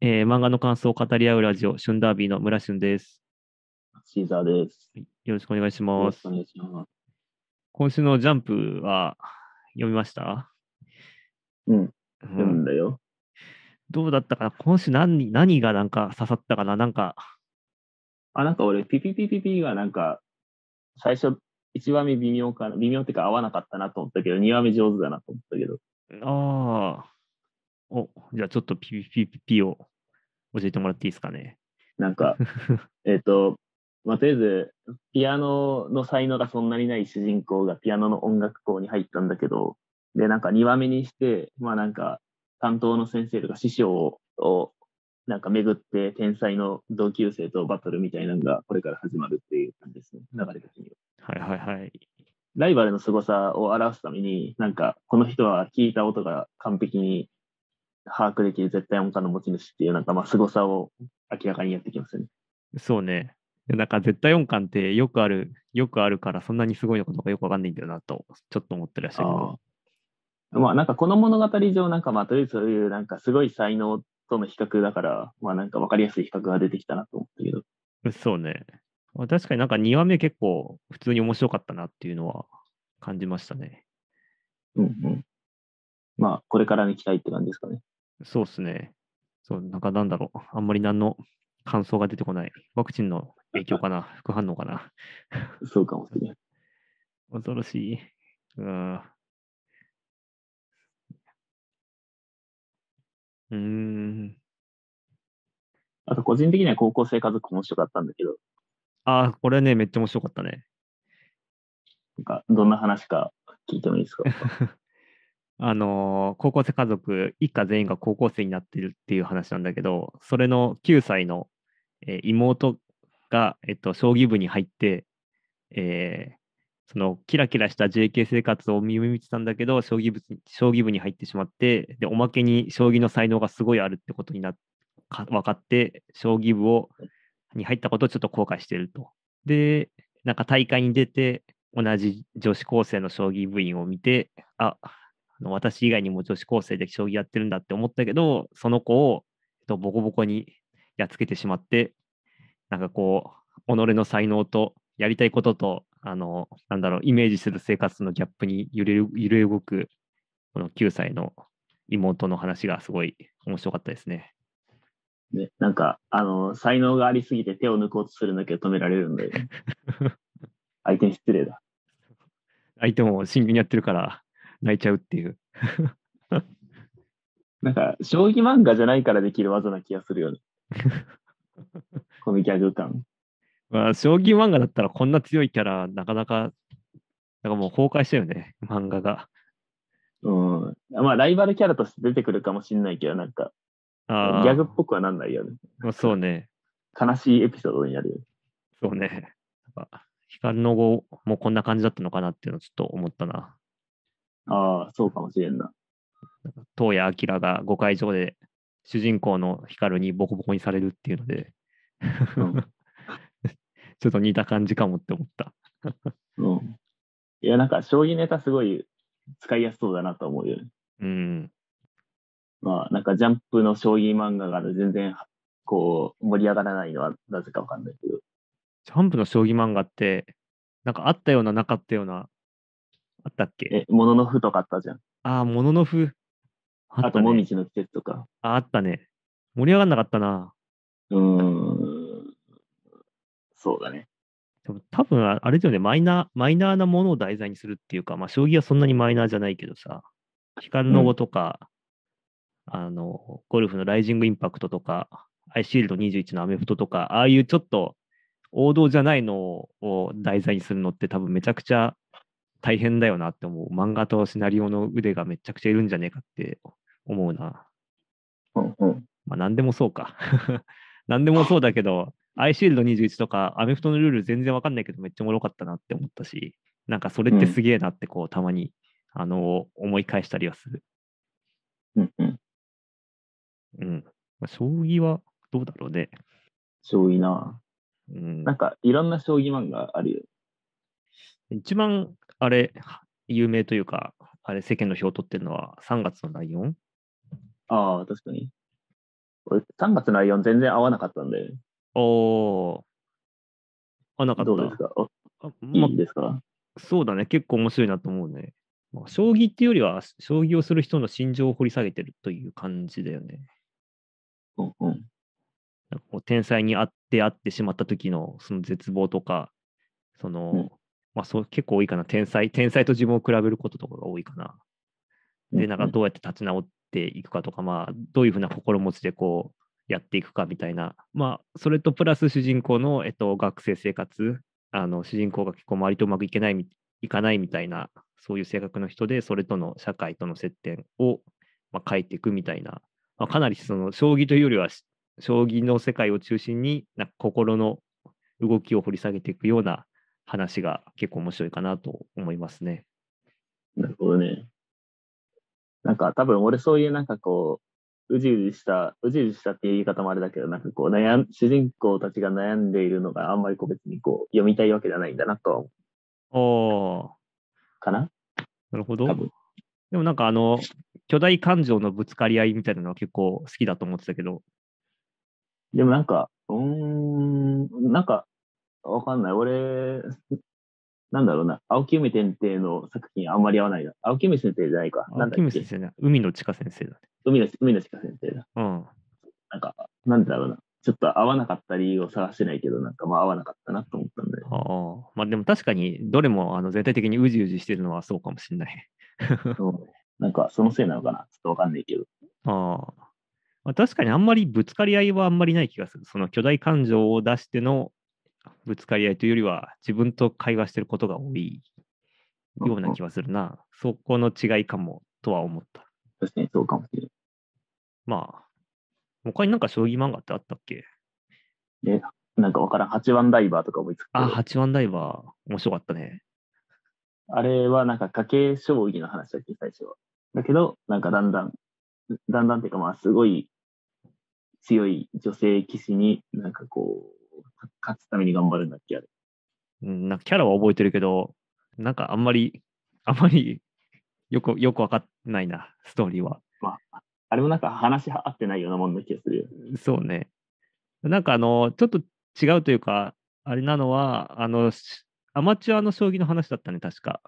えー漫画の感想を語り合うラジオ、旬ダービーの村旬です。シーザーです。はいよろしくお願いしよまろすしく。お願いします。今週のジャンプは読みました、うん、う読んんだよ。どうだったかな今週何何がなんか刺さったかななんか、あ、なんか俺、ピピピピピがなんか、最初、1話目微妙かな、微妙っていうか合わなかったなと思ったけど、2話目上手だなと思ったけど、ああ、お、じゃあちょっとピピピピピを教えてもらっていいですかね。なんか、えっ、と、まあ、とりあえず、ピアノの才能がそんなにない主人公がピアノの音楽校に入ったんだけど、で、なんか2話目にして、まあなんか、担当の先生とか師匠を、をなんか巡って、天才の同級生とバトルみたいなのがこれから始まるっていう感じですね、流れ的には。はいはいはい。ライバルの凄さを表すために、なんか、この人は聞いた音が完璧に把握できる絶対音感の持ち主っていう、なんか、まあ、凄さを明らかにやってきますよね。そうね。なんか絶対音感ってよくある、よくあるからそんなにすごいのかどうかよくわかんないんだよなと、ちょっと思ってらっしゃるけど。あーまあ、なんか、この物語上、なんか、まあ、とりあえずそういう、なんか、すごい才能との比較だから、まあ、なんか、わかりやすい比較が出てきたなと思ったけど、そうね。まあ確かになんか2話目結構普通に面白かったなっていうのは感じましたね。うんうん。まあ、これからに期待って感じですかね。そうっすね。そう、なんかなんだろう。あんまり何の感想が出てこない。ワクチンの影響かな副反応かなそうかもしれない。恐ろしい。うん。うーん。あと、個人的には高校生家族面白かったんだけど、ああ、これね、めっちゃ面白かったね。なんか、どんな話か聞いてもいいですかあのー高校生家族一家全員が高校生になってるっていう話なんだけどそれの9歳の、えー妹が、えっと、将棋部に入って、えーそのキラキラした JK 生活を耳見てたんだけど将棋部将棋部に入ってしまってでおまけに将棋の才能がすごいあるってことになっか分かって将棋部をに入ったことをちょっと後悔してると。でなんか大会に出て同じ女子高生の将棋部員を見てああの私以外にも女子高生で将棋やってるんだって思ったけど、その子を、えっと、ボコボコにやっつけてしまって、なんかこう、己の才能とやりたいことと、あの、なんだろう、イメージする生活のギャップに揺れる揺れ動く、この9歳の妹の話がすごい面白かったですね。ね、なんか、あの、才能がありすぎて手を抜こうとするんだけど止められる んだよね。相手に失礼だ。相手も真剣にやってるから泣いちゃうっていう。なんか、将棋漫画じゃないからできる技な気がする よね。このギャグ感。まあ、将棋漫画だったらこんな強いキャラ、なかなか、なんかもう崩壊したよね、漫画が。うん。まあ、ライバルキャラとして出てくるかもしれないけど、なんか、ギあーャグっぽくはなんないよね。まあ、そうね。悲しいエピソードになるよね。そうね。なんか光の後もこんな感じだったのかなっていうのをちょっと思ったな。ああ、そうかもしれんな。東谷明が5回上で主人公の光にボコボコにされるっていうので、うん。ちょっと似た感じかもって思った。うん。いや、なんか、将棋ネタすごい使いやすそうだなと思うよね。うん。まあ、なんかジャンプの将棋漫画が全然、こう、盛り上がらないのはなぜかわかんないけど。ジャンプの将棋漫画って、なんかあったようななかったような、あったっけえ、もののふとかあったじゃん。ああ、もののふ。ああったと、もみね。じの季節とか。ああったね。盛り上がんなかったな。うーん。そうだね。でも多分ああれだよね、マイナー、マイナーなものを題材にするっていうか、まあ、将棋はそんなにマイナーじゃないけどさ、光の碁とか、あの、ゴルフのライジングインパクトとか、アイシールド21のアメフトとか、ああいうちょっと王道じゃないのをを題材にするのって多分めちゃくちゃ大変だよなって思う。漫画とシナリオの腕がめちゃくちゃいるんじゃねえかって思うな。うんうん。まあ何でもそうか。 何でもそうだけど、アイシールド21とかアメフトのルール全然わかんないけどめっちゃおもろかったなって思ったし、なんかそれってすげえなってこうたまに、あの思い返したりはする。うんうん。うん。まあ、将棋はどうだろうね。将棋な。うんな、んか、いろんな将棋漫画あるよ。一番あれ、有名というか、あれ世間の票を取ってるのは3月のライオンああ、確かに。俺3月のライオン全然合わなかったんで、おお。あ、なかった。どうですかおあまいいですかあ、そうだね。結構面白いなと思うね。まあ、将棋っていうよりは、将棋をする人の心情を掘り下げてるという感じだよね。うんうん。なんかこう天才に会って会ってしまった時のその絶望とか、その、うんまあそう結構多いかな、天才、天才と自分を比べることとかが多いかな。で、なんかどうやって立ち直っていくかとか、まあどういうふうな心持ちでこうやっていくかみたいな、まあそれとプラス主人公の、えっと、学生生活、あの主人公が結構周りとうまくいけないみいかないみたいな、そういう性格の人で、それとの社会との接点を、まあ、書いていくみたいな、まあ、かなりその将棋というよりはし将棋の世界を中心になんか心の動きを掘り下げていくような話が結構面白いかなと思いますね。なるほどね。なんか多分俺そういうなんかこう、うじうじした、うじうじしたっていう言い方もあれだけど、なんかこう悩ん、主人公たちが悩んでいるのがあんまり個別にこう読みたいわけじゃないんだなとは思おーうかななるほど多。分。でもなんかあの巨大感情のぶつかり合いみたいなのは結構好きだと思ってたけど、でもなんか、うーん、なんか、わかんない。俺、なんだろうな。青木梅先生の作品あんまり合わないな。青木梅先生じゃないか。なんだキっムけ先生ね、海の地下先生だね。海の海の地下先生だ。うん。なんか、なんだろうな。ちょっと合わなかった理由を探してないけど、なんかまあ合わなかったなと思ったんで。あーまあでも確かにどれもあの全体的にうじうじしてるのはそうかもしれない。そうなんかそのせいなのかなちょっとわかんないけど。ああ。まあ、確かにあんまりぶつかり合いはあんまりない気がする。その巨大感情を出してのぶつかり合いというよりは、自分と会話してることが多いような気はするな。そこの違いかもとは思った。確かにそうかもしれまあ、他になんか将棋漫画ってあったっけない。なんかわからん。8番ダイバーとか思いつくけどあ、八番ダイバー、面白かったね。あれはなんか家計将棋の話だっけ、最初は。だけど、なんかだんだん、だんだんっていうかまあすごい強い女性棋士になんかこう、勝つために頑張るんだっけ、あれ。うんなんかキャラは覚えてるけど、なんかあんまり、 あんまりよく、よくわかんないな、ストーリーは。あれもなんか話合ってないようなもんな気がするよ。そうね。なんかあの、ちょっと違うというか、あれなのは、あの、しアマチュアの将棋の話だったね、確か。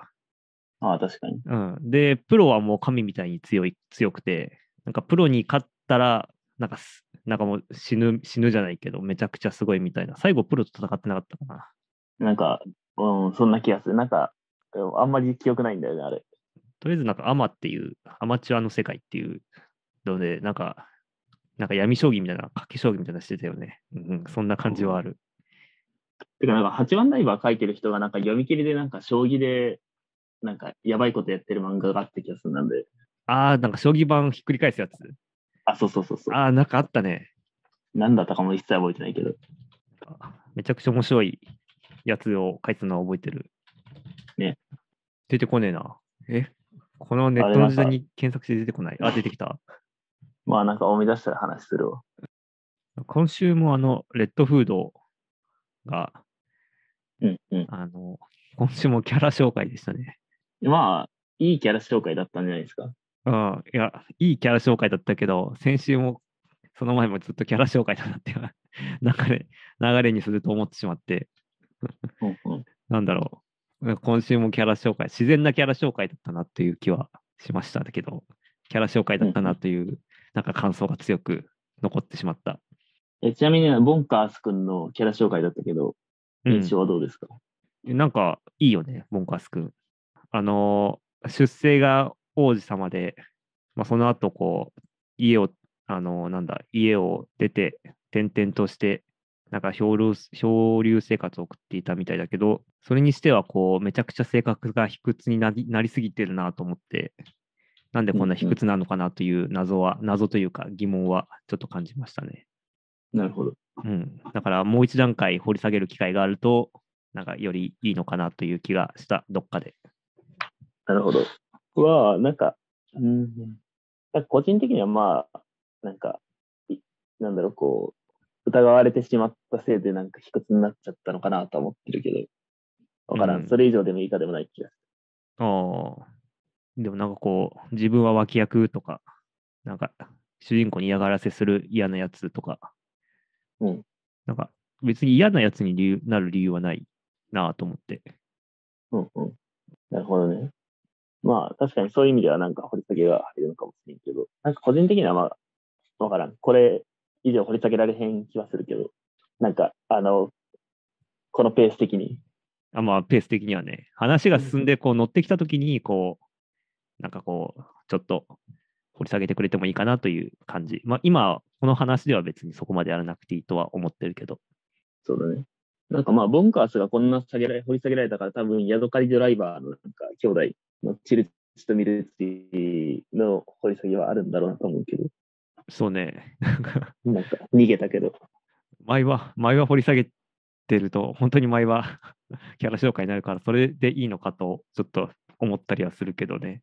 ああ、確かに。うん。で、プロはもう神みたいに強い、強くて、なんかプロに勝ったら、なんかす、なんかもう死ぬ、死ぬじゃないけど、めちゃくちゃすごいみたいな。最後、プロと戦ってなかったかな。なんか、うん、そんな気がする。なんか、うんあんまり記憶ないんだよね、あれ。とりあえず、なんかアマっていう、アマチュアの世界っていうので、なんか、なんか闇将棋みたいな、賭け将棋みたいなのしてたよね。うん、そんな感じはある。てか、なんか、八番ダイバー書いてる人が、なんか読み切りで、なんか、将棋で、なんか、やばいことやってる漫画があって気がするなんで。ああ、なんか将棋盤ひっくり返すやつ。あ、そうそうそうそう。ああ、なんかあったね。なんだったかも一切覚えてないけど。めちゃくちゃ面白いやつを書いてたのは覚えてる。ね。出てこねえな。えこのネットの時代に検索して出てこない。あ、出てきた。まあ、なんか、思い出したら話するわ。今週もあの、レッドフードが、うんうん。あの、今週もキャラ紹介でしたね。まあ、いいキャラ紹介だったんじゃないですか。うん。いや、いいキャラ紹介だったけど、先週も、その前もずっとキャラ紹介だなっていう 流れ、流れにすると思ってしまって、うんうん。なんだろう。今週もキャラ紹介、自然なキャラ紹介だったなっていう気はしましたけど、キャラ紹介だったなという、なんか感想が強く残ってしまった。えちなみに、ボンカース君のキャラ紹介だったけど、うん印象はどうですか、なんかいいよね、ボンカス君。あのー、出生が王子様で、まあ、その後こう、家を、あのー、なんだ、家を出て、転々として、なんか漂流漂流生活を送っていたみたいだけど、それにしてはこう、めちゃくちゃ性格が卑屈になりなりすぎてるなと思って、なんでこんな卑屈なのかなという謎は、謎というか疑問はちょっと感じましたね。なるほど。うん、だからもう一段階掘り下げる機会があると、なんかよりいいのかなという気がした、どっかで。なるほど。は、なんか、うん、なんか個人的にはまあ、なんか、いなんだろう、こう、疑われてしまったせいで、なんか卑屈になっちゃったのかなとは思ってるけど、わからうんん。それ以上でも以下でもない気がすああ。でもなんかこう、自分は脇役とか、なんか主人公に嫌がらせする嫌なやつとか、うんなんか別に嫌なやつに理由なる理由はないなぁと思って。うんうん。なるほどね。まあ、確かにそういう意味では、なんか掘り下げが入るのかもしれんけど、なんか個人的にはまあ、わからん。これ以上掘り下げられへん気はするけど、なんか、あの、このペース的に。あまあ、ペース的にはね、話が進んで、こう、乗ってきたときに、こう、なんかこう、ちょっと掘り下げてくれてもいいかなという感じ。まあ、今、この話では別にそこまでやらなくていいとは思ってるけど。そうだね。なんかまあ、ボンカースがこんな下げられ、掘り下げられたから、多分、ヤドカリドライバーのなんか、兄弟のチルチとミルチの掘り下げはあるんだろうなと思うけど、そうね、なんか、なんか逃げたけど、前は、前は掘り下げてると、本当に前は キャラ紹介になるから、それでいいのかと、ちょっと思ったりはするけどね。。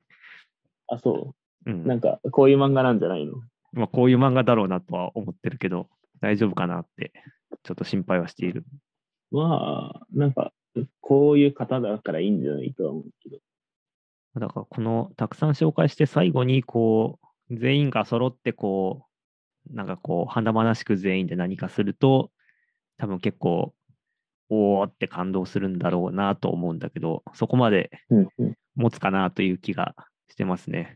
あ、そうう、なんんか、こういう漫画なんじゃないのまあ、こういう漫画だろうなとは思ってるけど、大丈夫かなって、ちょっと心配はしている。まあ、なんか、こういう方だからいいんじゃないとは思うけど。だからこのたくさん紹介して最後にこう全員が揃ってこうなんかこう華々しく全員で何かすると多分結構おーって感動するんだろうなと思うんだけどそこまでうんうん。持つかなという気がしてますね。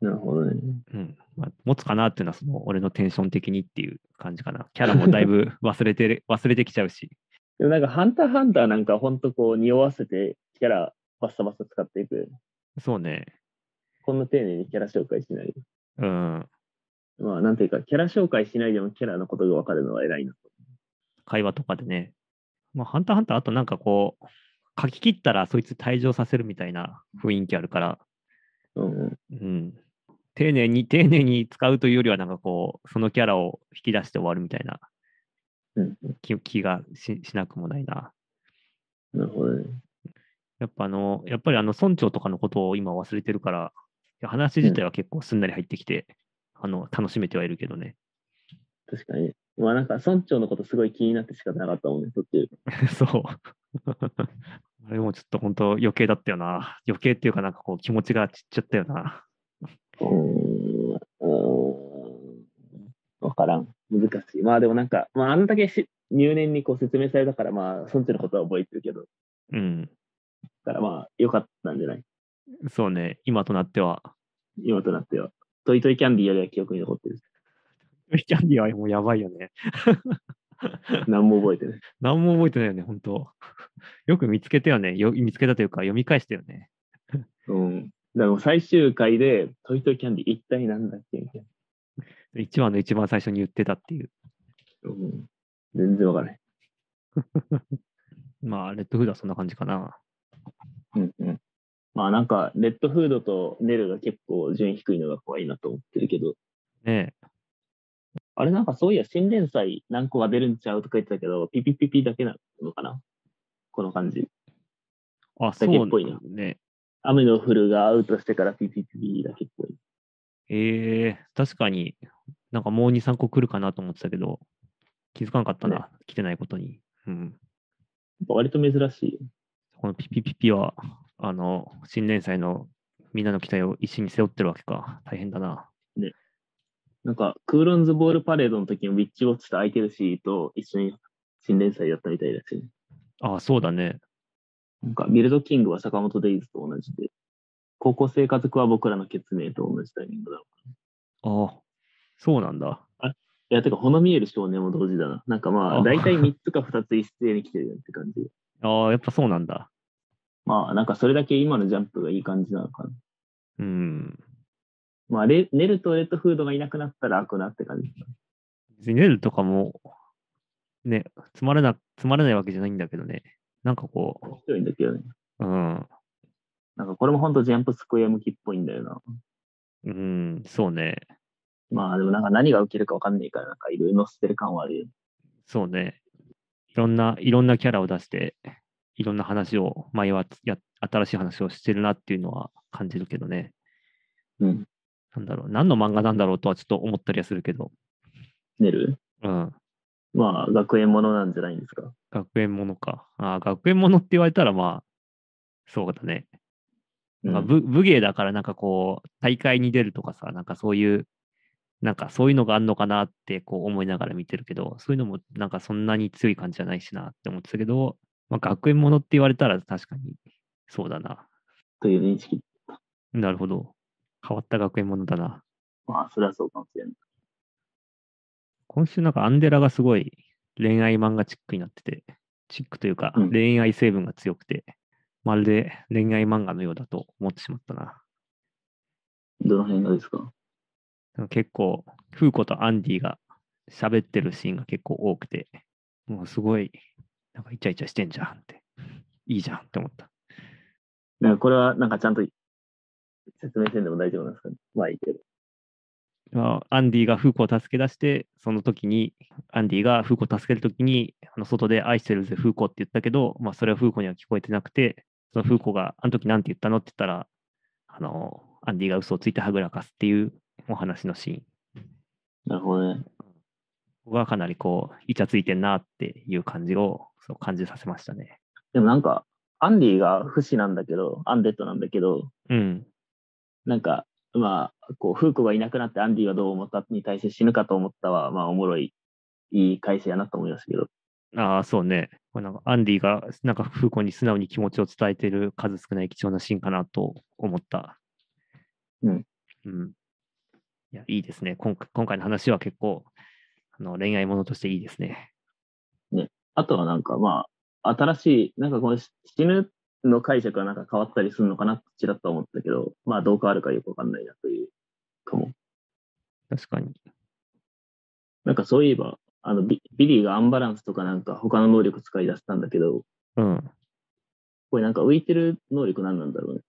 なるほどね。うんまあ、持つかなっていうのはその俺のテンション的にっていう感じかな。キャラもだいぶ忘れてる忘れてきちゃうし。でもなんか、ハンターハンターなんか、ほんとこう、匂わせて、キャラ、バッサバサ使っていくよね。そうね。こんな丁寧にキャラ紹介しない。うん。まあ、なんていうか、キャラ紹介しないでもキャラのことが分かるのは偉いな。会話とかでね。まあ、ハンターハンター、あとなんかこう、書き切ったらそいつ退場させるみたいな雰囲気あるから、うんうん。うん。丁寧に、丁寧に使うというよりは、なんかこう、そのキャラを引き出して終わるみたいなうん気気がししなくもないな。なるほどね。やっぱあの、やっぱりあの村長とかのことを今忘れてるから、いや話自体は結構すんなり入ってきて、あの、楽しめてはいるけどね。確かにね。まあ、なんか、村長のことすごい気になって仕方なかったもんね、途中。 そう。 あれもちょっと本当余計だったよな。余計っていうかなんかこう気持ちが散っちゃったよな。うーんうーんわからん。難しい。まあでもなんか、まああんだけし入念にこう説明されたから、まあ、そっちのことは覚えてるけど、うん。だからまあ、良かったんじゃないそうね。今となっては。今となっては。トイトイキャンディーよりは記憶に残ってる。キャンディーはもうやばいよね。何も覚えてない。何も覚えてないよね、本当よく見つけたよね。よ見つけたというか、読み返したよね。うん。だからもう最終回で、トイトイキャンディー一体なんだっけみたい1話の一番最初に言ってたっていう。な。うん。全然わからない。まあ、レッドフードはそんな感じかな。うんうん。まあなんか、レッドフードとネルが結構順位低いのが怖いなと思ってるけど、ねあれなんかそういや新連載何個が出るんちゃうとか言ってたけど、ピピピピだけなのかなこの感じ。え。あ、そだけっぽういなね。雨の降るがアウトしてからピピピピだけっぽい。ええ確かになんかもう2、3個来るかなと思ってたけど、気づかなかったな。ね来てないことに。うん。やっぱ割と珍しい。このピピピピは、あの、新連載のみんなの期待を一緒に背負ってるわけか。大変だな。なんか、クーロンズボールパレードの時のウィッチウォッチとアイテルシーと一緒に新連載やったみたいだしね。ああ、そうだね。なんか、ビルドキングは坂本デイズと同じで、高校生家族は僕らの決命と同じタイミングだろああ、そうなんだ。う。いや、てか、ほの見える少年も同時だな。なんかまああ、大体3つか2つ一斉に来てるって感じ。ああ、やっぱそうなんだ。まあ、なんかそれだけ今のジャンプがいい感じなのかな。うん。まあ、レネルとレッドフードがいなくなったら悪なって感じ。別にネルとかも、ね、つまらな、つまらないわけじゃないんだけどね。なんかこ面白いんだけどね。う、うん、なんかこれも本当ジャンプスクエア向きっぽいんだよな。うん、そうね、まあでもなんか何が起きるかわかんないから、なんかいろいろ載せてる感はあるよね。そうね。いろんな、いろんなキャラを出して、いろんな話を、前はや、新しい話をしてるなっていうのは感じるけどね。うん。なんだろう、何の漫画なんだろうとはちょっと思ったりはするけど、ネルうん、まあ学園ものなんじゃないんですか。学園ものか。ああ、学園ものって言われたら、まあ、そうだね。うなんか武ん、武芸だからなんかこう大会に出るとかさなんかそういうなんかそういうのがあんのかなってこう思いながら見てるけど、そういうのもなんかそんなに強い感じじゃないしなって思ってたけど、まあ、学園ものって言われたら確かにそうだな。という認識。なるほど。変わった学園ものだな。まあ、それはそうかもしれない。今週なんかアンデラがすごい恋愛漫画チックになってて、チックというかうん恋愛成分が強くて、まるで恋愛漫画のようだと思ってしまったな。どの辺がですかなんか結構、フーコとアンディが喋ってるシーンが結構多くて、もうすごい、なんかイチャイチャしてんじゃんって、いいじゃんって思った。なんかこれはなんかちゃんと説明せんでも大丈夫なんですかね。まあいいけど。まあアンディがフーコを助け出して、その時に、アンディがフーコを助ける時に、あの外で愛してるぜ、フーコって言ったけど、まあ、それはフーコには聞こえてなくて、そのフーコが、あの時なんて言ったのって言ったら、あの、アンディが嘘をついてはぐらかすっていうお話のシーン。なるほどね。ここがかなりこう、イチャついてんなっていう感じをそう感じさせましたね。でもなんか、アンディが不死なんだけど、アンデッドなんだけど、うん。なんか、まあ、こう、フーコがいなくなってアンディはどう思ったに対して死ぬかと思ったは、まあ、おもろい、いい会社やなと思いますけど。ああ、そうね。これなんかアンディが、なんかフーコに素直に気持ちを伝えてる数少ない貴重なシーンかなと思った。うん。うん。いや、いいですね。今回今回の話は結構、あの恋愛ものとしていいですね。あとはなんか、まあ、新しい、なんかこの死ぬの解釈はなんか変わったりするのかなってちらっと思ったけど、まあ、どう変わるかよくわかんないなという、かも。確かに。なんかそういえば、あのビ、ビリーがアンバランスとかなんか他の能力使い出したんだけど、うん。これなんか浮いてる能力何なんだろうね。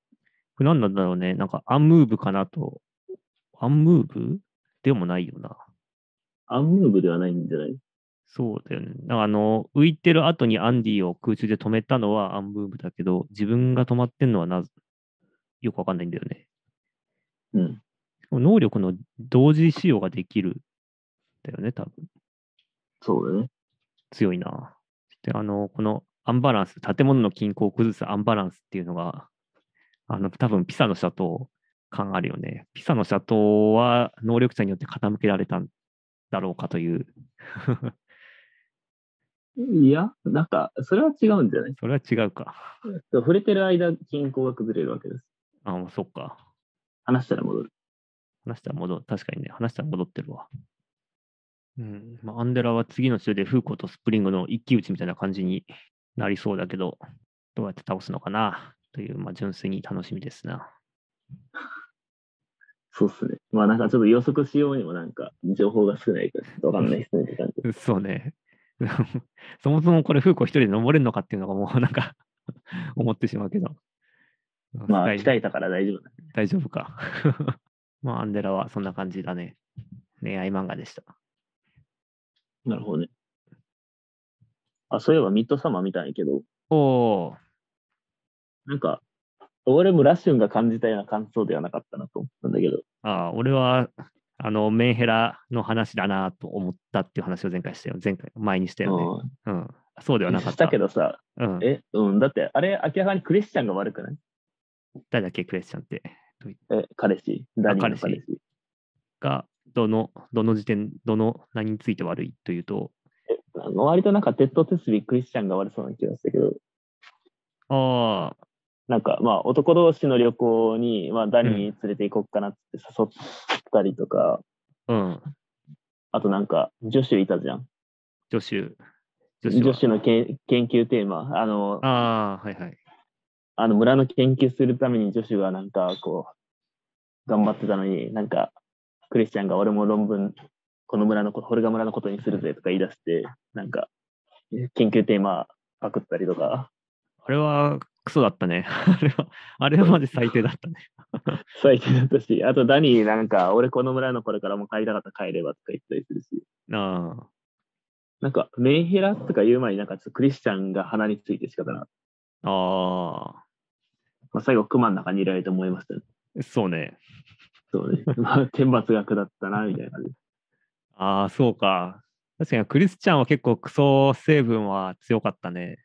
これ何なんだろうね。なんかアンムーブかなと。アンムーブでもないよな。アンムーブではないんじゃないそうだよね。だからあの、浮いてる後にアンディを空中で止めたのはアンムーブだけど、自分が止まってんのはなぜ、よくわかんないんだよね。うん。能力の同時使用ができるんだよね、多分。そうだね。強いな。で、あの、このアンバランス、建物の均衡を崩すアンバランスっていうのが、あの、多分ピサの斜塔感あるよね。ピサの斜塔は能力者によって傾けられたんだろうかという。いや、なんか、それは違うんじゃないそれは違うか。触れてる間、均衡が崩れるわけです。あ、もうそっか。話したら戻る。話したら戻る。確かにね、話したら戻ってるわ。うん。まあ、アンデラは次の週でフーコとスプリングの一騎打ちみたいな感じになりそうだけど、どうやって倒すのかなという、まあ、純粋に楽しみですな。そうっすね。まあなんかちょっと予測しようにもなんか、情報が少ないから、ちょっとわかんないですねって感じ。そうね。 そもそもこれ、フーコ一人で登れるのかっていうのがもう なんか思ってしまうけど。まあ、大鍛えたから大丈夫だ。大丈夫か。 まあ、アンデラはそんな感じだね。恋愛漫画でした。なるほどね。あ、そういえばミッドサマー見たんやけど、おおなんか、俺もラッシュンが感じたような感想ではなかったなと思ったんだけど、ー、ああ、俺は、あの、メンヘラの話だなと思ったっていう話を前回したよ。前回、前にしたようんね。うん。そうではなかった。けどさ、うん。え、うん、だって、あれ、明らかにクリスチャンが悪くない誰だっけ、クエスチョンって。え、彼氏、ダニーの彼氏。が、どの、どの時点、どの、何について悪いというと、あの割となんか、テッド・テスビー、クリスチャンが悪そうな気がしたけど、ああ、なんか、まあ、男同士の旅行に、まあ、ダニーに連れて行こうかなって誘ったりとか、うん。あとなんか、女子いたじゃん。助手。助手女は子のけ研究テーマ、あの、あああ、はいはい。の村の研究するために女子がなんか、こう、頑張ってたのに、なんか、クリスチャンが俺も論文、この村のこと、ホルガ村のことにするぜとか言い出して、なんか、研究テーマパクったりとか、あれはクソだったね。 あれは、あれはまで最低だったね。 最近だったし、あとダニーなんか、俺この村のこれからもう帰りたかったら帰ればとか言ったりするし、ああ、なんか、メンヘラとか言う前になんか、クリスチャンが鼻について仕方なかっあた。まあ、最後、熊の中にいられて思いましたね。あ、そうね。そう ね。まあ、天罰が下ったな、みたいな感じ。ああ、そうか。確かにクリスチャンは結構クソ成分は強かったね。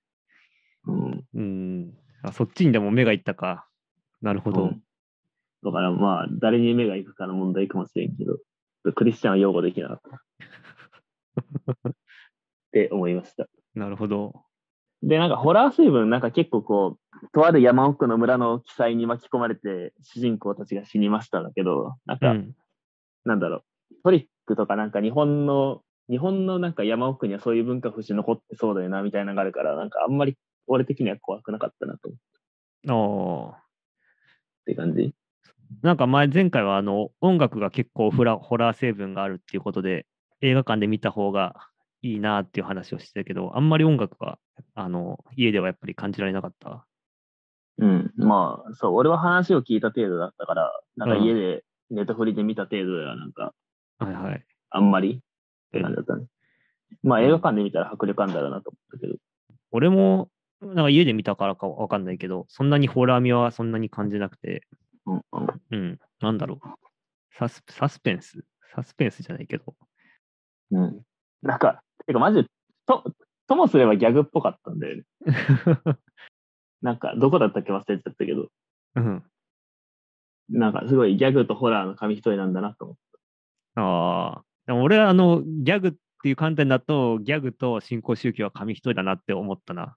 うん。うん。あそっちにでも目がいったか。なるほど。うんだからまあ、誰に目が行くかの問題かもしれんけど、ょっとクリスチャンは擁護できなかった。 って思いました。なるほど。で、なんかホラー成分、なんか結構こう、とある山奥の村の記載に巻き込まれて、主人公たちが死にましたんだけど、なんうか、ん。なんだろう、トリックとかなんか日本の、日本のなんか山奥にはそういう文化として残ってそうだよな、みたいなのがあるから、なんかあんまり俺的には怖くなかったなと思ああ。って感じ。なんか前、前回はあの音楽が結構フラホラー成分があるっていうことで、映画館で見た方がいいなっていう話をしてたけど、あんまり音楽があの家ではやっぱり感じられなかった。うん。まあ、そう、俺は話を聞いた程度だったから、なんかうん家で、ネットフリで見た程度ではなんか、はいはい。あんまりって感じだったね。まあ映画館で見たら迫力あるんだろうなと思ったけど。俺もなんか家で見たからかわかんないけど、そんなにホラー味はそんなに感じなくて、うんうん、うん、なんだろう。サスサスペンスサスペンスじゃないけ ど。うん。なんか、てかマジで、と、ともすればギャグっぽかったんだよね。なんか、どこだったっけ忘れちゃったけど、うん。なんかすごいギャグとホラーの紙一重なんだなと思って。ああ。でも俺はあのギャグっていう観点だと、ギャグと新興宗教は紙一重だなって思ったな。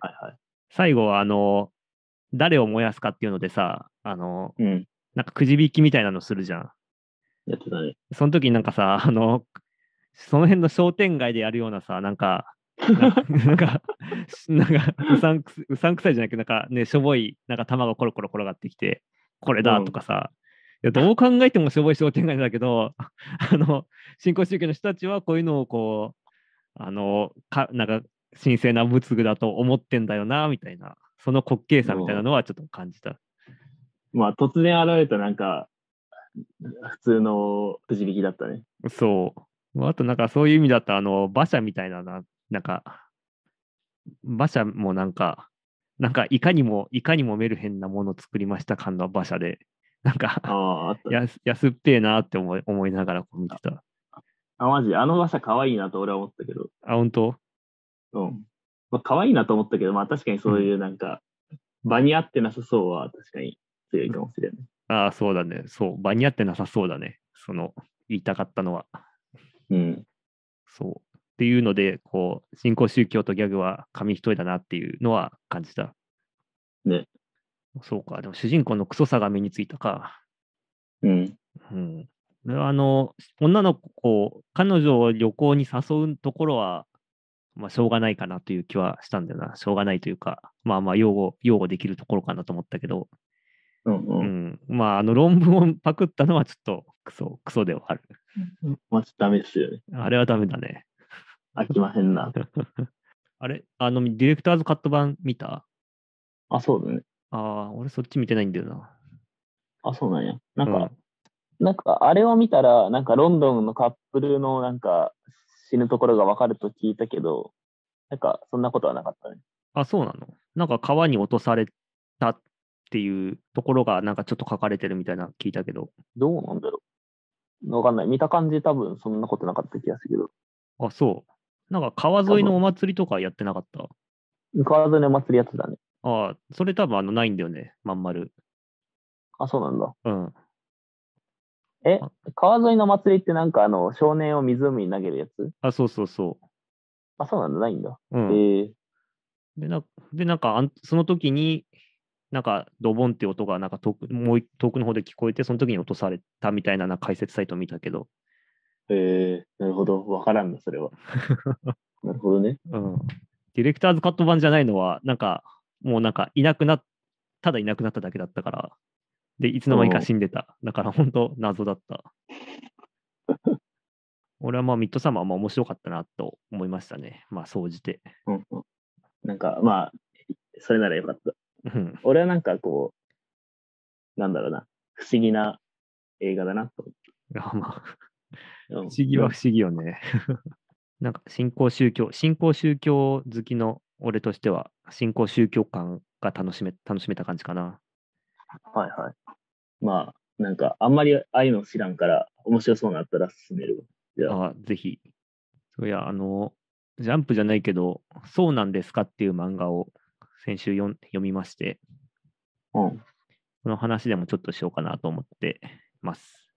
はいは最後はあの誰を燃やすかっていうのでさあのい。うん。なんかくじ引きみたいなのするじゃんやってたね。その時になんかさあのその辺の商店街でやるようなさなんかなんかなんかうさんくすうさんくさいじゃなくてなんかねしょぼいなんか玉がコロコロ転がってきてこれだとかさ、いやどう考えてもしょぼい商店街なんだけどあの新興宗教の人たちはこういうのをこうあのかなんか神聖な仏具だと思ってんだよなみたいなその滑稽さみたいなのはちょっと感じた。まあ突然現れたなんか、普通のくじ引きだったね。そう。あとなんかそういう意味だと、あの、馬車みたいなな、なんか、馬車もなんか、なんかいかにも、いかにもメルヘンなものを作りました感の馬車で、なんあか、あ、あったね。やす安っぺえなって思い思いながらこう見てた。あ、マジ、あの馬車可愛いなと俺は思ったけど。あ、本当うん。まあ可愛いなと思ったけど、まあ確かにそういうなんか、場に合ってなさそうは確かに強いかもしれない。ああ、そうだね。そう。場に合ってなさそうだね。その、言いたかったのは。うん。そう。っていうので、こう、新興宗教とギャグは紙一重だなっていうのは感じた。ね。そうか。でも主人公のクソさが身についたか。うん。うん、これはあの女の子を彼女を旅行に誘うところは、まあ、しょうがないかなという気はしたんだよなしょうがないというかまあまあ擁護擁護できるところかなと思ったけど、うんううん。ん、まああの論文をパクったのはちょっとクソクソではあるまあちょっとダメですよね。あれはダメだね飽きませんな。あれあのディレクターズカット版見たあ、そうだね。ああ俺そっち見てないんだよなあ、そうなんや。なんうか、なんかあれを見たら、なんかロンドンのカップルのなんか死ぬところがわかると聞いたけど、なんかそんなことはなかったね。あそうなのなんか川に落とされたっていうところがなんかちょっと書かれてるみたいな聞いたけどどうなんだろう。わかんない。見た感じ多分そんなことなかった気がするけど。あ、そう。なんか川沿いのお祭りとかやってなかった。川沿いのお祭りやってたね。ああ、それ多分あのないんだよね、まん丸。あ、そうなんだ。うん。川沿いの祭りってなんかあの少年を湖に投げるやつあ、そうそうそあ、そうなんだ。ないんだ。う。うえん。ー、で、なでなんかあん、その時に、なんか、ドボンって音が、なんか遠く、もうい遠くの方で聞こえて、その時に落とされたみたいななんか解説サイトを見たけど、えー、なるほど。わからんな、そ れは。なるほどね。うん。ディレクターズカット版じゃないのは、なんか、もうなんか、いなくなっただいなくなっただけだったから、で、いつの間にか死んでた。だから、本当謎だった。 俺はまあ、ミッドサマーはまあ面白かったなと思いましたね。まあ、総じて。うんうん。なんか、まあ、それならよかった。うん。俺はなんかこう、なんだろうな、不思議な映画だなと思いやまあ、う。不不思議は不思議よね。 なんか、新興宗教、新興宗教好きの俺としては、新興宗教感が楽しめ、楽しめた感じかな。はいはい。まあ、なんか、あんまりああいうの知らんから、面白そうなのあったら進めるわ。いやあぜひ。そういや、あの、ジャンプじゃないけど、そうなんですかっていう漫画を先週読ん読みまして、うん。この話でもちょっとしようかなと思ってます。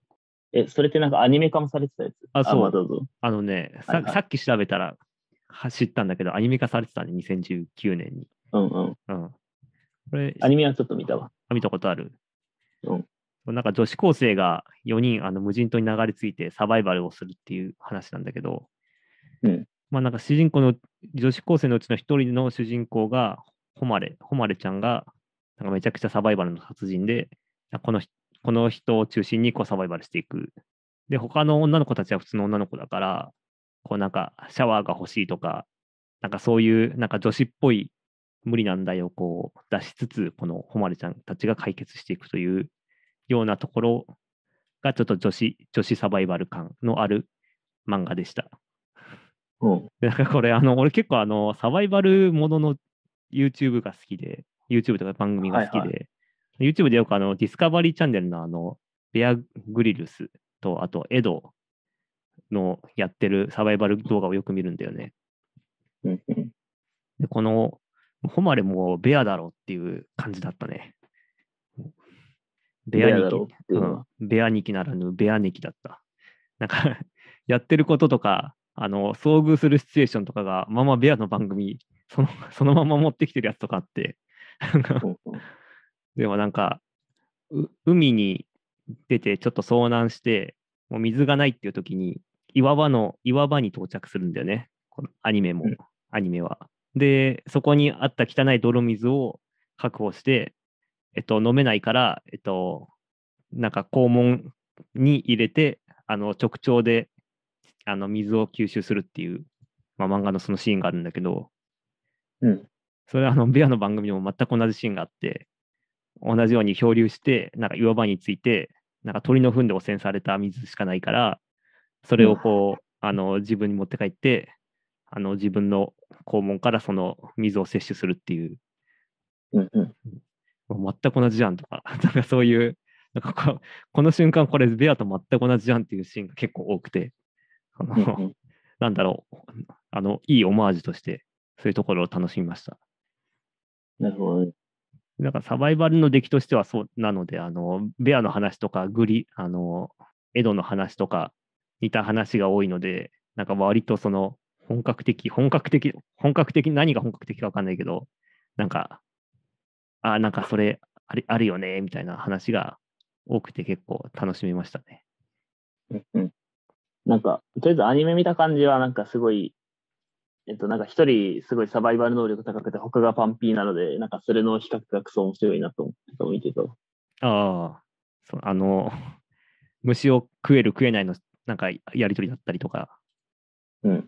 え、それってなんかアニメ化もされてたやつあそうまどうぞ。あのね、はいさはいさっき調べたら、は知ったんだけど、アニメ化されてたね、2019年に。うんうん。うん。これ、アニメはちょっと見たわ。見たことあるうん。なんか女子高生が4人あの無人島に流れ着いてサバイバルをするっていう話なんだけど、うんまあなんか主人公の、女子高生のうちの1人の主人公が、ホマレ、ホマレちゃんが、なんかめちゃくちゃサバイバルの殺人で、このひこの人を中心にこうサバイバルしていく。で、他の女の子たちは普通の女の子だから、こうなんかシャワーが欲しいとか、なんかそういうなんか女子っぽい無理なんだよこう出しつつ、この誉ちゃんたちが解決していくというようなところが、ちょっと女子、女子サバイバル感のある漫画でした。うん。でなんかこれ、あの、俺結構あの、サバイバルものの YouTube が好きで、YouTube とか番組が好きで、はい YouTube でよくあの、ディスカバリーチャンネルのあの、ベアグリルスと、あと、エドのやってるサバイバル動画をよく見るんだよね。うんうん。で、この、ホマレもベアだろうっていう感じだったね。ベアレアにだろうっていうのは。うん、ベアニキならぬベアネキだった。なんか、 やってることとか、あの、遭遇するシチュエーションとかが、まあまあベアの番組、そのそのまま持ってきてるやつとかあって、うんうんでもなんか、う海に出てちょっと遭難して、もう水がないっていう時に、岩場の、岩場に到着するんだよね。このアニメも、うんアニメは。で、そこにあった汚い泥水を確保して、えっと、飲めないから、えっと、なんか肛門に入れて、あの、直腸で、あの、水を吸収するっていう、まあ、漫画のそのシーンがあるんだけど、うん。それあの、ベアの番組でも全く同じシーンがあって、同じように漂流して、なんか岩場について、なんか鳥の糞で汚染された水しかないから、それをこう、あの、自分に持って帰って、あの、自分の肛門からその水を摂取するっていう、うんうん。もう全く同じじゃんとか、 なんかそういう、なんかここの瞬間これベアと全く同じじゃんっていうシーンが結構多くて、あのう んうんなんだろう、あの、いいオマージュとして、そういうところを楽しみました。なるほどね。なんかサバイバルの出来としてはそうなので、あの、ベアの話とか、グリ、あの、エドの話とか、似た話が多いので、なんか割とその、本格的、本格的、本格的、何が本格的かわかんないけど、なんか、あ、なんかそれあれ、あるよね、みたいな話が多くて結構楽しみましたね。うんうん。なんか、とりあえずアニメ見た感じは、なんかすごい、えっと、なんか一人すごいサバイバル能力高くて、他がパンピーなので、なんかそれの比較がクソ面白いなと思ってた見てた。ああ、そう、あの、虫を食える食えないの、なんかやりとりだったりとか、うん。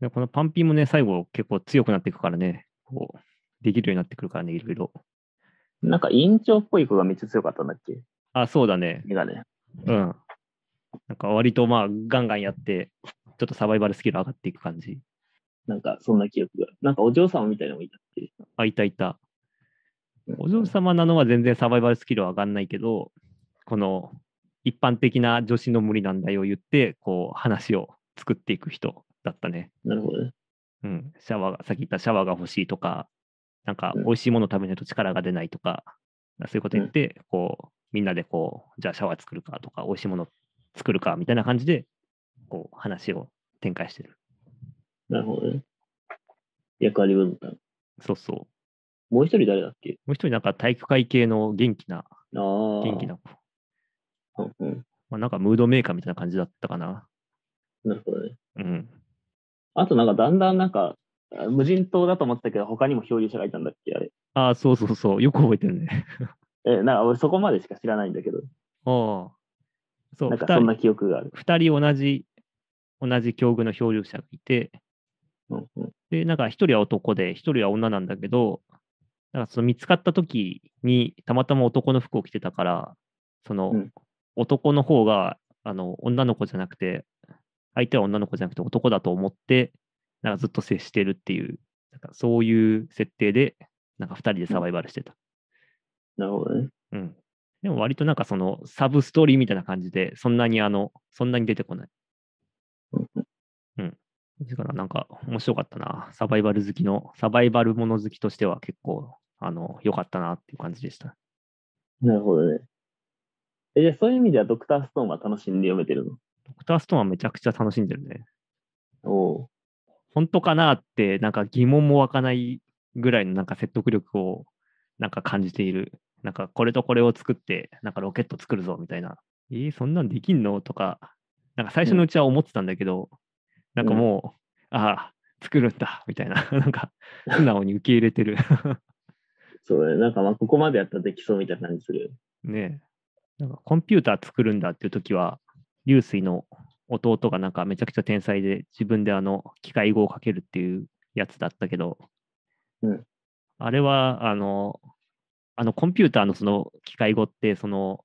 でこのパンピーもね、最後結構強くなっていくからね、こう、できるようになってくるからね、いろいろ。なんか委員長っぽい子がめっちゃ強かったんだっけあ、そうだね。メガネ。うん。なんか割とまあ、ガンガンやって、ちょっとサバイバルスキル上がっていく感じ。なんかそんな記憶が。なんかお嬢様みたいなのもいたっけあ、いたいた。うんお嬢様なのは全然サバイバルスキルは上がんないけど、この一般的な女子の無理なんだよ言って、こう、話を作っていく人だったね。なるほどね。うん、シャワーが、さっき言ったシャワーが欲しいとか、なんかうん美味しいものを食べないと力が出ないとか、そういうこと言って、こう、みんなでこう、じゃあシャワー作るかとか、美味しいもの作るかみたいな感じで、こう、話を展開してる。なるほどね。役割分担。そうそう。ももう一人誰だっけう一人なんか体育会系の元気な、ああ。元気な子。うんうん。まあ、なんかムードメーカーみたいな感じだったかな。なるほどね。うん。あとなんかだんだんなんか、あ無人島だと思ってたけど、他にも漂流者がいたんだっけあれ。ああ、そうそうそう。 よく覚えてるね。え、なんか俺そこまでしか知らないんだけど、ああ。そう、なんか二そん人な記憶がある。二人同じ、同じ境遇の漂流者がいて、うんうんで、なんか一人は男で、一人は女なんだけど、なんかその見つかった時に、たまたま男の服を着てたから、そのうん男の方が、あの、女の子じゃなくて、相手は女の子じゃなくて男だと思って、なんかずっと接してるっていう、なんかそういう設定で、なんか二人でサバイバルしてた。なるほどね。うん。でも割となんかそのサブストーリーみたいな感じで、そんなにあの、そんなに出てこない。うんうん。だからなんか面白かったな。サバイバル好きの、サバイバルもの好きとしては結構、あの、良かったなっていう感じでした。なるほどね。え、え、じゃあそういう意味ではドクターストーンは楽しんで読めてるのドクターストーンはめちゃくちゃ楽しんでるね。おう本当かなって、なんか疑問も湧かないぐらいのなんか説得力をなんか感じている。なんかこれとこれを作って、なんかロケット作るぞみたいな。えーそんなんできんのとか、なんか最初のうちは思ってたんだけど、なんかもう、ああ、作るんだみたいな、 なんか素直に受け入れてる。そうだね。なんかまあ、ここまでやったらできそうみたいな感じする。ねえ。なんかコンピューター作るんだっていう時は、流水の弟がなんかめちゃくちゃ天才で、自分であの機械語をかけるっていうやつだったけど、うんあれはあの、あのコンピューターのその機械語って、その、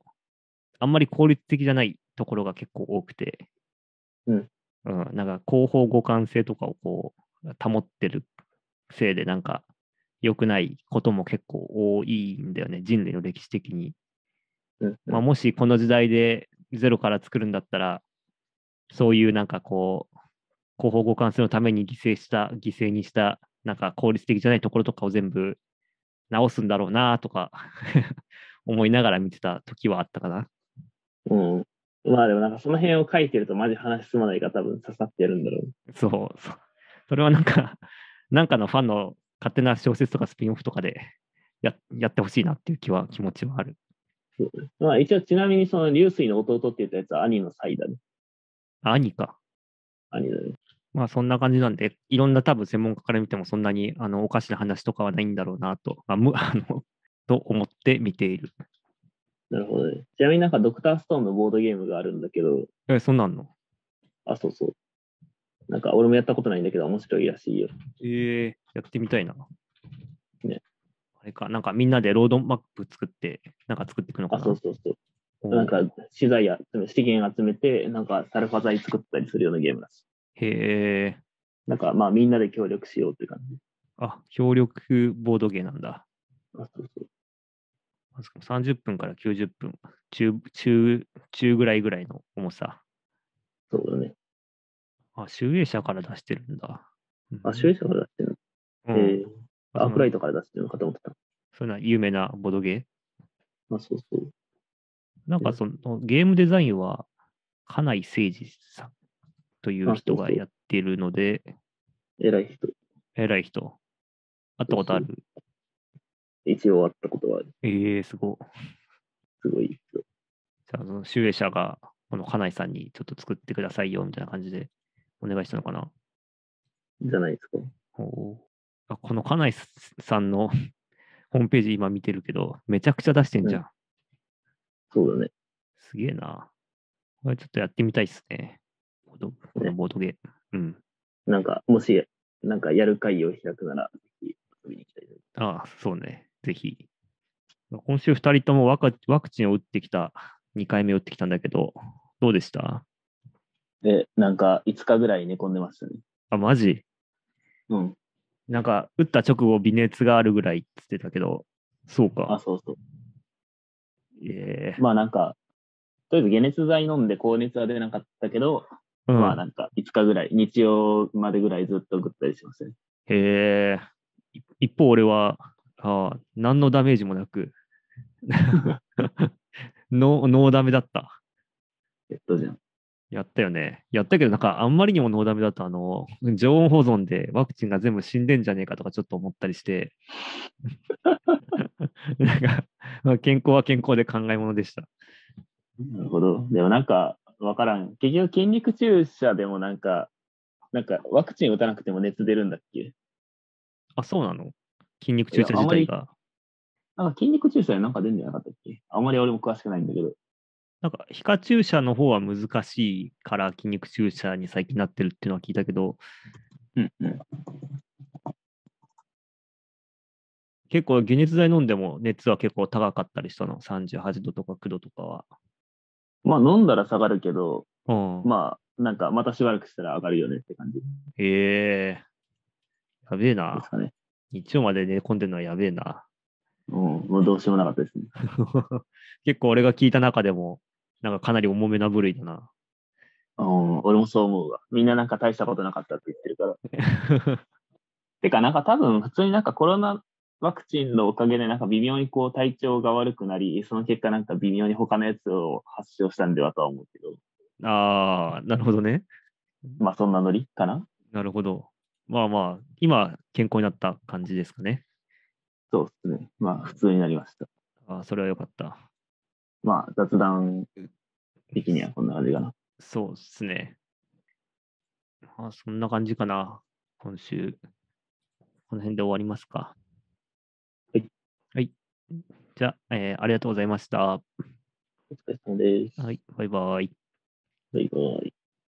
あんまり効率的じゃないところが結構多くて、うんうん、なんか後方互換性とかをこう保ってるせいで、なんか良くないことも結構多いんだよね、人類の歴史的に。うん。まあ、もしこの時代でゼロから作るんだったら、そういうなんかこう、広報互換性のために犠牲した、犠牲にした、なんか効率的じゃないところとかを全部直すんだろうなとか 思いながら見てた時はあったかな。うん。まあでもなんかその辺を書いてるとマジ話進まないから多分刺さってやるんだろう。そう。そそれはなんか、なんかのファンの勝手な小説とかスピンオフとかでややってほしいなっていう気は、気持ちはある。まあ一応ちなみにその流水の弟って言ったやつは兄の才だね。あ兄か。兄だね。まあそんな感じなんで、いろんな多分専門家から見てもそんなにあのおかしな話とかはないんだろうなと、まあ、む あのと思って見ている。なるほどね。ちなみになんかドクターストーンのボードゲームがあるんだけど、え、そんなんのあ、そうそう。なんか俺もやったことないんだけど面白いらしいよ。ええやってみたいな。ねあれか、なんかみんなでロードマップ作って、なんか作っていくのかあ、な。そうそうそう。おうなんか資材や資源集めて、なんかサルファ材作ったりするようなゲームだし。へえ、なんかまあみんなで協力しようって感じ。あ、協力ボードゲーなんだ。あそうそうまず30分から90分、中、中、中ぐらいぐらいの重さ。そうだね。あ、集英社から出してるんだ。あ、集英社から出してるうんの、えーあそアのークライトから出してるのかと思ってた。そういうのは有名なボードゲーあ、そうそう。なんかうんそのゲームデザインは、金井誠司さんといあうそうそ人うがやってるので、偉い人。偉い人。会ったことある一応会ったことはあるええすごい。すごい人。じゃあ、その集英社が、この金井さんにちょっと作ってくださいよ、みたいな感じでお願いしたのかな。じゃないですか。おーあこの金井さんの ホームページ今見てるけど、めちゃくちゃ出してんじゃん。そうだね。すげえな。これちょっとやってみたいっすね。ボードこのボードゲーム。うん。なんか、もし、なんかやる会を開くなら、ぜひ遊びに行きたいです。ああ、そうね。ぜひ。今週2人ともワクワクチンを打ってきた、2回目打ってきたんだけど、どうでしたで、なんか、5日ぐらい寝込んでましたね。あ、マジうん。なんか、打った直後、微熱があるぐらいって言ってたけど、そうあ、か。そうそう。ええまあなんか、とりあえず解熱剤飲んで高熱は出なかったけど、うんまあなんか5日ぐらい、日曜までぐらいずっとぐったりしましたね。へえい一方、俺は、ああ何のダメージもなく、 ノーノーダメだった。えっとじゃん。やったよね。やったけど、なんか、あんまりにもノーダメだと、あの、常温保存でワクチンが全部死んでんじゃねえかとかちょっと思ったりして、 なんか、まあ健康は健康で考え物でした。なるほど。でもなんか、わからん。結局筋肉注射でもなんか、なんかワクチン打たなくても熱出るんだっけあ、そうなの筋肉注射自体が。なんか筋肉注射でなんか出るんじゃなかったっけあんまり俺も詳しくないんだけど。なんか、皮下注射の方は難しいから筋肉注射に最近なってるっていうのは聞いたけど、うんうん。結構解熱剤飲んでも熱は結構高かったりしたの。38度とか9度とかは。まあ飲んだら下がるけど、うん。まあなんかまたしばらくしたら上がるよねって感じでへえやべえなす。かね。日曜まで寝込んでるのはやべえな。うん、もうどうしようもなかったですね。 結構俺が聞いた中でも、なんかかなり重めな部類だ な。うん、俺もそう思うわ。みんななんか大したことなかったって言ってるから。てか、なんか多分普通になんかコロナワクチンのおかげでなんか微妙にこう体調が悪くなり、その結果なんか微妙に他のやつを発症したんではとは思うけど、ああ、なるほどね。まあそんなノリかななるほど。まあまあ、今、健康になった感じですかね。そうですね。まあ普通になりました。ああ、それはよかった。まあ雑談的にはこんな感じかな。そうですね。まあ、そんな感じかな。今週。この辺で終わりますか。はい。はい。じゃあ、えーありがとうございました。お疲れ様です。はい。バイバイ。バイバイ。